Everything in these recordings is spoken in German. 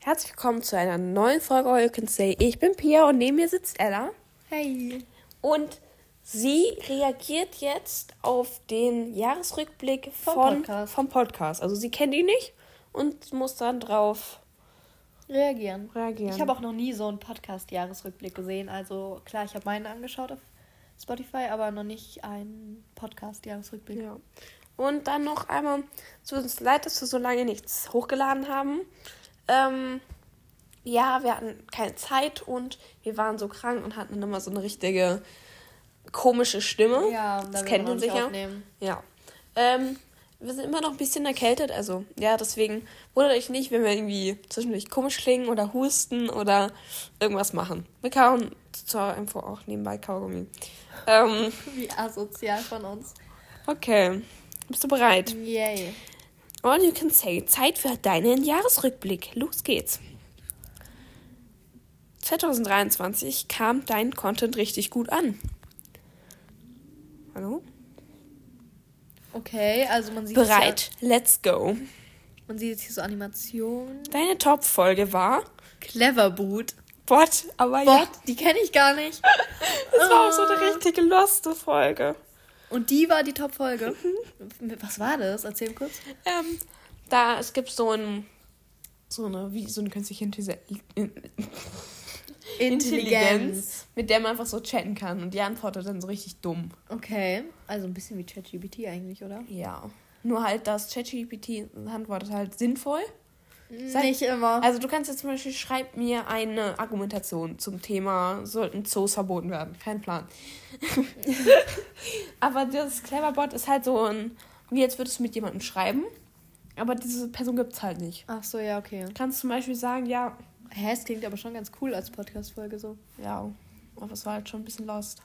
Herzlich willkommen zu einer neuen Folge All You Can Say. Ich bin Pia und neben mir sitzt Ella. Hey. Und sie reagiert jetzt auf den Jahresrückblick Vom von, Podcast. vom Podcast. Also sie kennt ihn nicht und muss dann drauf Reagieren. reagieren. Ich habe auch noch nie so einen Podcast-Jahresrückblick gesehen. Also klar, ich habe meinen angeschaut auf Spotify, aber noch nicht einen Podcast-Jahresrückblick. Ja. Und dann noch einmal, es tut uns leid, dass wir so lange nichts hochgeladen haben. Ähm, ja, wir hatten keine Zeit und wir waren so krank und hatten dann immer so eine richtige komische Stimme. Ja, da das will kennt man ihr auch nicht sicher. aufnehmen. Ja. Ähm, wir sind immer noch ein bisschen erkältet, also ja, deswegen wundert euch nicht, wenn wir irgendwie zwischendurch komisch klingen oder husten oder irgendwas machen. Wir kauen zur Info auch nebenbei Kaugummi. Ähm, Wie asozial von uns. okay. Bist du bereit? Yay. All you can say. Zeit für deinen Jahresrückblick. Los geht's. 2023 kam dein Content richtig gut an. Hallo? Okay, also man sieht Bereit. Let's go. Jetzt, man sieht jetzt hier so Animationen. Deine Top-Folge war. Clever Boot. Bot, aber ja. Bot, die kenne ich gar nicht. Das war auch so eine richtige loste Folge. Und die war die Top-Folge. Was war das? Erzähl kurz. Ähm, da, es gibt so ein. So eine, wie so eine künstliche Intelligenz. Intelligenz, mit der man einfach so chatten kann. Und die antwortet dann so richtig dumm. Okay, also ein bisschen wie ChatGPT eigentlich, oder? Ja. Nur halt, dass ChatGPT antwortet halt sinnvoll. Sag- Nicht immer. Also du kannst jetzt zum Beispiel, schreib mir eine Argumentation zum Thema, sollten Zoos verboten werden. Kein Plan. aber das Cleverbot ist halt so ein, wie jetzt würdest du mit jemandem schreiben, aber diese Person gibt es halt nicht. Ach so, ja, okay. Du kannst zum Beispiel sagen, ja, Hä, es klingt aber schon ganz cool als Podcast-Folge so. ja, aber es war halt schon ein bisschen lost.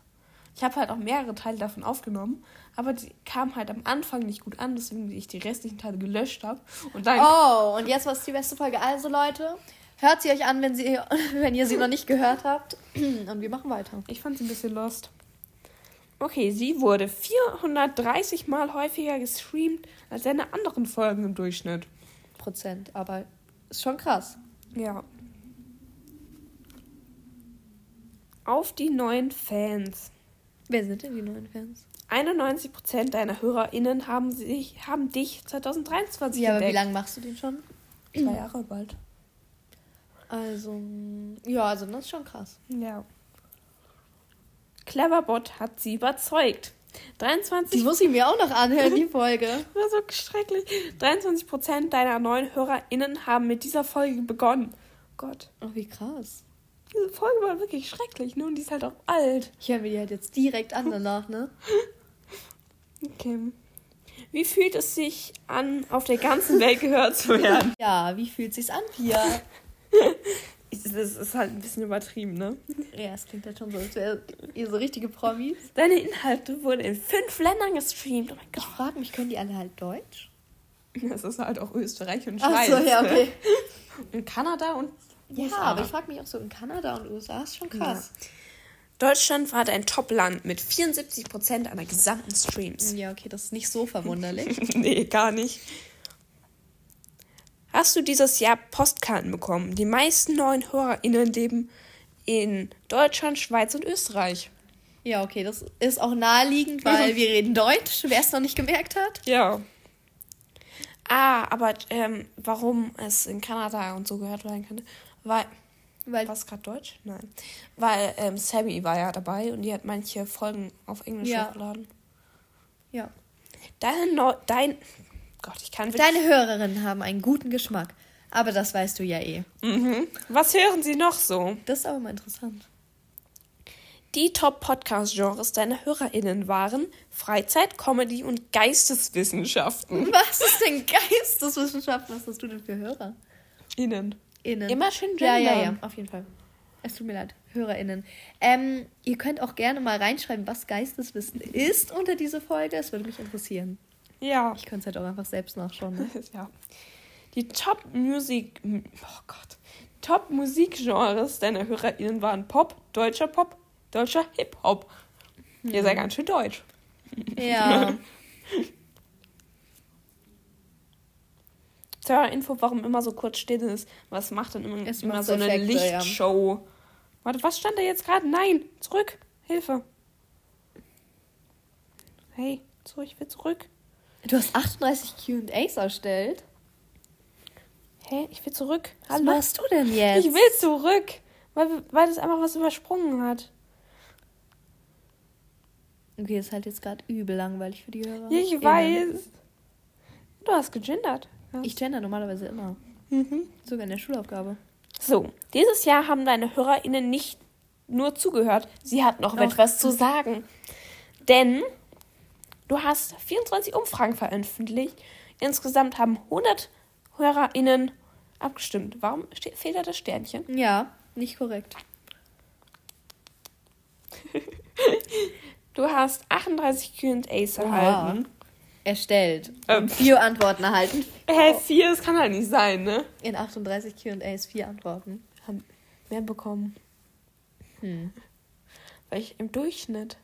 Ich habe halt auch mehrere Teile davon aufgenommen, aber die kamen halt am Anfang nicht gut an, deswegen ich die restlichen Teile gelöscht habe. Und dann Oh, und jetzt war es die beste Folge. Also, Leute, hört sie euch an, wenn, sie, wenn ihr sie noch nicht gehört habt. Und wir machen weiter. Ich fand sie ein bisschen lost. Okay, sie wurde 430 Mal häufiger gestreamt als seine anderen Folgen im Durchschnitt. Prozent, aber ist schon krass. Ja. Auf die neuen Fans. Wer sind denn die neuen Fans? 91% deiner HörerInnen haben, sich, haben dich 2023 Ja, aber wie entdeckt. lange machst du den schon? Zwei Jahre bald. Also, ja, also das ist schon krass. Ja. Cleverbot hat sie überzeugt. 23 Die muss ich mir auch noch anhören, die Folge. Das war so schrecklich. 23% deiner neuen HörerInnen haben mit dieser Folge begonnen. Gott, Oh, wie krass. diese Folge war wirklich schrecklich, ne? Und die ist halt auch alt. Ich höre mir die halt jetzt direkt an danach, ne? Okay. Wie fühlt es sich an, auf der ganzen Welt gehört zu werden? Ja, wie fühlt sich's an, Pia? Das ist halt ein bisschen übertrieben, ne? Ja, es klingt halt schon so, als wäre ihr so richtige Promis. Deine Inhalte wurden in fünf Ländern gestreamt. Oh mein Ich Gott. frage mich, können die alle halt Deutsch? Das ist halt auch Österreich und Ach Schweiz. so, ja, okay. In Kanada und Ja, USA. aber ich frage mich auch so, in Kanada und USA ist schon krass. Deutschland war dein Top-Land mit 74% aller gesamten Streams. Ja, okay, das ist nicht so verwunderlich. nee, gar nicht. Hast du dieses Jahr Postkarten bekommen? Die meisten neuen HörerInnen leben in Deutschland, Schweiz und Österreich. ja, okay, das ist auch naheliegend, weil wir reden Deutsch, wer es noch nicht gemerkt hat. Ja. Ah, aber ähm, warum es in Kanada und so gehört werden könnte, weil. Weil, War es gerade Deutsch? Nein. Weil ähm, Sammy war ja dabei und die hat manche Folgen auf Englisch Ja. hochgeladen. ja. Dein, Neu dein. Gott, ich kann wirklich. Deine Hörerinnen haben einen guten Geschmack, aber das weißt du ja eh. Was hören Sie noch so? Das ist aber mal interessant. Die Top-Podcast-Genres deiner HörerInnen waren Freizeit, Comedy und Geisteswissenschaften. Was ist denn Geisteswissenschaften? Was hast du denn für Hörer? Innen. Innen. Immer schön Ja, gendern. ja, ja, auf jeden Fall. Es tut mir leid, HörerInnen. Ähm, ihr könnt auch gerne mal reinschreiben, was Geisteswissen ist unter diese Folge. Es würde mich interessieren. Ja. Ich könnte es halt auch einfach selbst nachschauen. Ne? ja. Die Top-Musik... Oh Gott. Top-Musik-Genres deiner HörerInnen waren Pop, deutscher Pop, deutscher Hip-Hop. Ihr seid ganz schön deutsch. Ja. Sir-Info, warum immer so kurz steht ist. Was macht dann immer, Es immer macht so eine Effekte, ja. Lichtshow? Warte, was stand da jetzt gerade? Nein, zurück. Hilfe. Hey, so, ich will zurück. Du hast 38 QAs erstellt. Hey, ich will zurück. Was machst du denn jetzt? Ich will zurück. Weil, weil das einfach was übersprungen hat. Okay, ist halt jetzt gerade übel langweilig für die Hörer. Ich Innen. weiß. Du hast gegendert. Ja. Ich gender normalerweise immer. Mhm. Sogar in der Schulaufgabe. So, dieses Jahr haben deine HörerInnen nicht nur zugehört, sie hatten auch Doch. etwas zu sagen. Denn du hast 24 Umfragen veröffentlicht. Insgesamt haben 100 HörerInnen abgestimmt. Warum ste- fehlt da das Sternchen? Ja, nicht korrekt. Du hast 38 Q&As Oha. erhalten. Erstellt. Ähm. Vier Antworten erhalten. Hä, vier? Das kann halt nicht sein, ne? In 38 QAs vier Antworten. Haben mehr bekommen. Hm. Weil ich im Durchschnitt.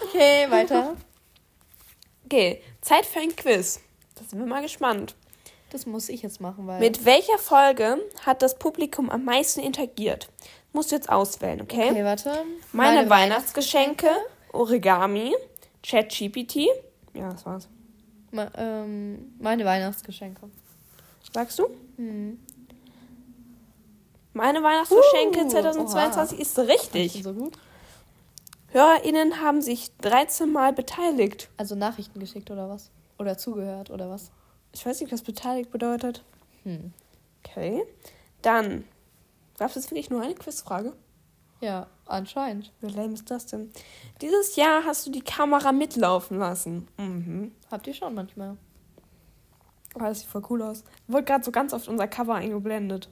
Okay, weiter. Okay, Zeit für ein Quiz. Da sind wir mal gespannt. Das muss ich jetzt machen, weil. Mit welcher Folge hat das Publikum am meisten interagiert? Musst du jetzt auswählen, okay? Okay, warte. Meine, Weihnachts- Weihnachtsgeschenke, Origami, ChatGPT. Ja, das war's. Me- ähm, meine Weihnachtsgeschenke. Sagst du? Hm. Meine Weihnachtsgeschenke Uh, 2022 ist Sind richtig. So gut. HörerInnen haben sich 13 Mal beteiligt. Also Nachrichten geschickt oder was? Oder zugehört oder was? Ich weiß nicht, was beteiligt bedeutet. Hm. Okay. Dann. Gab es wirklich nur eine Quizfrage? Ja, anscheinend. Wie lame ist das denn? Dieses Jahr hast du die Kamera mitlaufen lassen. Mhm. Habt ihr schon manchmal. Oh, das sieht voll cool aus. Wurde gerade so ganz oft unser Cover eingeblendet.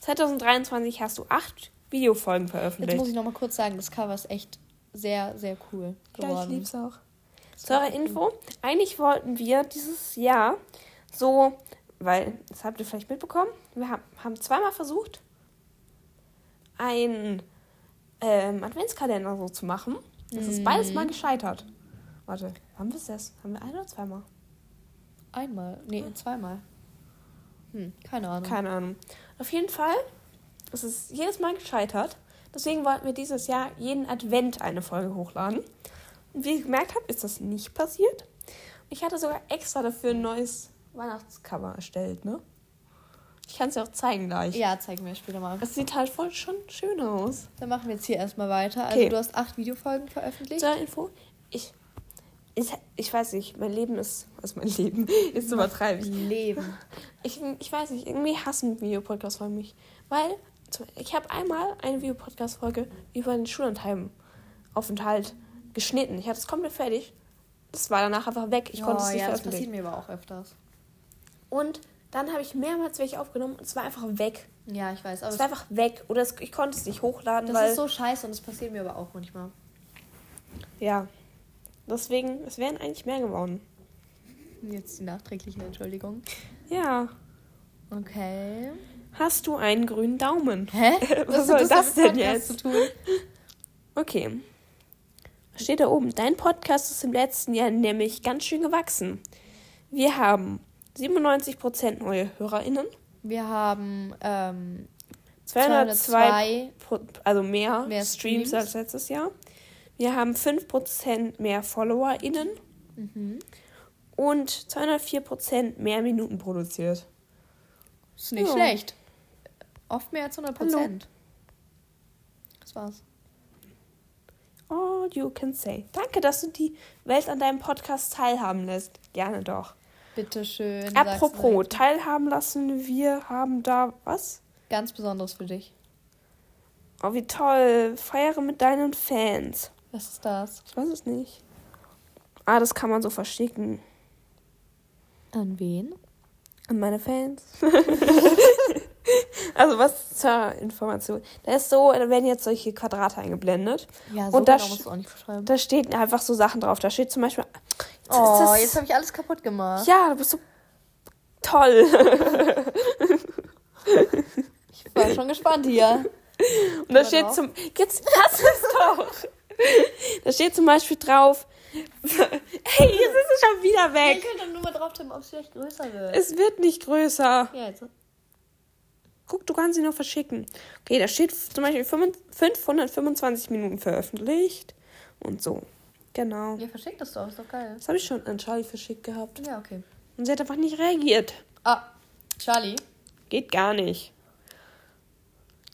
2023 hast du acht Videofolgen Jetzt muss veröffentlicht. ich noch mal kurz sagen, das Cover ist echt sehr, sehr cool Ja, ich geworden. lieb's auch. Zu eurer Info, eigentlich wollten wir dieses Jahr so, weil, das habt ihr vielleicht mitbekommen, wir haben, haben zweimal versucht, einen ähm, Adventskalender so zu machen. Das ist beides mal gescheitert. Warte, haben wir das? Haben wir ein oder zweimal? Einmal, nee, zweimal. Hm, keine Ahnung. Keine Ahnung. Auf jeden Fall ist es jedes Mal gescheitert. Deswegen wollten wir dieses Jahr jeden Advent eine Folge hochladen. Und wie ich gemerkt habe, ist das nicht passiert. Ich hatte sogar extra dafür ein neues Weihnachtscover erstellt, ne? Ich kann es dir auch zeigen gleich. ja, zeigen wir später mal. Es sieht halt voll schon schön aus. Dann machen wir jetzt hier erstmal weiter. Also Okay. du hast acht Videofolgen veröffentlicht. Zur Info, ich, ich, ich weiß nicht, mein Leben ist, was mein Leben ist, übertreibe ich. Leben. Ich, ich weiß nicht, irgendwie hassen Videopodcast-Folgen mich. Weil zum- ich habe einmal eine Videopodcast-Folge über den Schulentheimaufenthalt geschnitten. Ich hatte es komplett fertig. Das war danach einfach weg. Ich konnte es nicht Oh, ja, das passiert veröffentlichen. mir aber auch öfters. Und dann habe ich mehrmals welche aufgenommen und es war einfach weg. Ja, ich weiß, aber Es war das, einfach weg. Oder es, ich konnte es nicht hochladen, Also das weil... ist so scheiße und das passiert mir aber auch manchmal. ja. Deswegen, es wären eigentlich mehr geworden. Jetzt die nachträgliche Entschuldigung. Ja. Okay. Hast du einen grünen Daumen? Hä? Was soll hat das mit denn Podcast jetzt? Zu tun? Okay. Was steht da oben? Dein Podcast ist im letzten Jahr nämlich ganz schön gewachsen. Wir haben 97% neue HörerInnen, Wir haben ähm, 202, 202 Pro- also mehr, Mehr Streams, Streams. als letztes Jahr. Wir haben 5% mehr FollowerInnen Mhm. und 204% mehr Minuten produziert. Ist nicht Ja. schlecht. Oft mehr als 100 Hallo. Prozent. Das war's. All you can say. Danke, dass du die Welt an deinem Podcast teilhaben lässt. Gerne doch. Bitteschön. sagst du Apropos, direkt. teilhaben lassen, wir haben da was? Ganz besonderes für dich. Oh, wie toll. Feiere mit deinen Fans. Was ist das? Ich weiß es nicht. Ah, das kann man so verschicken. An wen? An meine Fans. also was zur Information. Da ist so, da werden jetzt solche Quadrate eingeblendet. Ja, Und so da genau sch- musst du auch nicht beschreiben. Da steht einfach so Sachen drauf. Da steht zum Beispiel. Jetzt oh, ist das- jetzt habe ich alles kaputt gemacht. ja, du bist so toll. Ich war schon gespannt hier. Und da Aber steht drauf? zum. Jetzt lass es doch! Da steht zum Beispiel drauf. Hey, jetzt ist es schon wieder weg. will dann Nummer drauf tippen, ob es vielleicht größer wird. Es wird nicht größer. ja, jetzt. Guck, du kannst sie nur verschicken. Okay, da steht zum Beispiel 5 525 Minuten veröffentlicht und so. Genau. Ihr verschickt das doch, ist doch geil. Das habe ich schon an Charlie verschickt gehabt. Ja, okay. Und sie hat einfach nicht reagiert. Ah, Charlie. Geht gar nicht.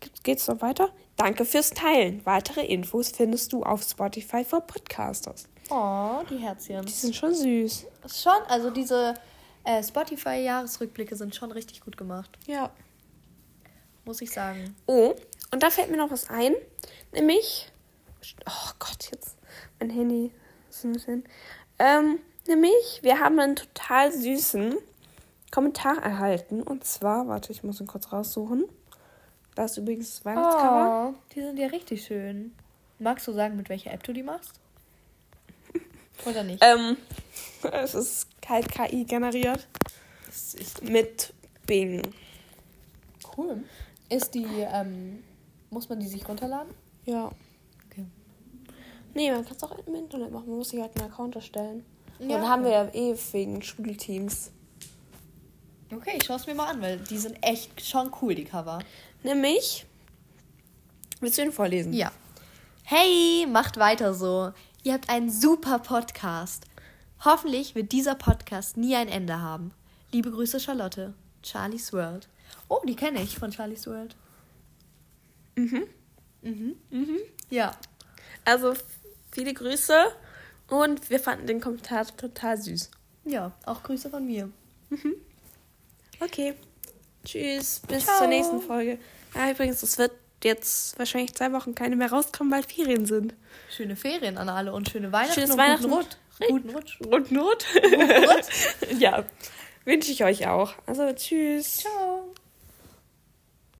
Ge- Geht's noch weiter? Danke fürs Teilen. Weitere Infos findest du auf Spotify für Podcasters. Oh, die Herzchen. Die sind schon süß. Schon, also diese äh, Spotify-Jahresrückblicke sind schon richtig gut gemacht, Ja. muss ich sagen. Oh, und da fällt mir noch was ein. Nämlich. Oh Gott, jetzt. Mein Handy ist ein bisschen. Ähm, nämlich, wir haben einen total süßen Kommentar erhalten. Und zwar, warte, ich muss ihn kurz raussuchen. Da ist übrigens das Weihnachtscover. Oh, die sind ja richtig schön. Magst du sagen, mit welcher App du die machst? Oder nicht? Ähm, es ist kalt KI generiert. Mit Bing. cool. Ist die, ähm, muss man die sich runterladen? Ja. Okay. Nee, man kann es auch im Internet machen. Man muss sich halt einen Account erstellen. Und Ja. Dann haben wir ja eh wegen Schulteams. Okay, ich schaue es mir mal an, weil die sind echt schon cool, die Cover. Nämlich. Willst du ihn vorlesen? Ja. Hey, macht weiter so. Ihr habt einen super Podcast. Hoffentlich wird dieser Podcast nie ein Ende haben. Liebe Grüße, Charlotte. Charlie's World. Oh, die kenne ich von Charlie's World. Mhm. Mhm. Mhm. Ja. Also viele Grüße und wir fanden den Kommentar total süß. Ja, auch Grüße von mir. Okay. Tschüss, bis Ciao. zur nächsten Folge. Ah, übrigens, es wird jetzt wahrscheinlich zwei Wochen keine mehr rauskommen, weil Ferien sind. Schöne Ferien an alle und schöne Weihnachten. Schönes und Weihnachten. Guten Rutsch. Guten Rutsch. Und Not? Guten Rutsch. ja, wünsche ich euch auch. Also tschüss. Ciao.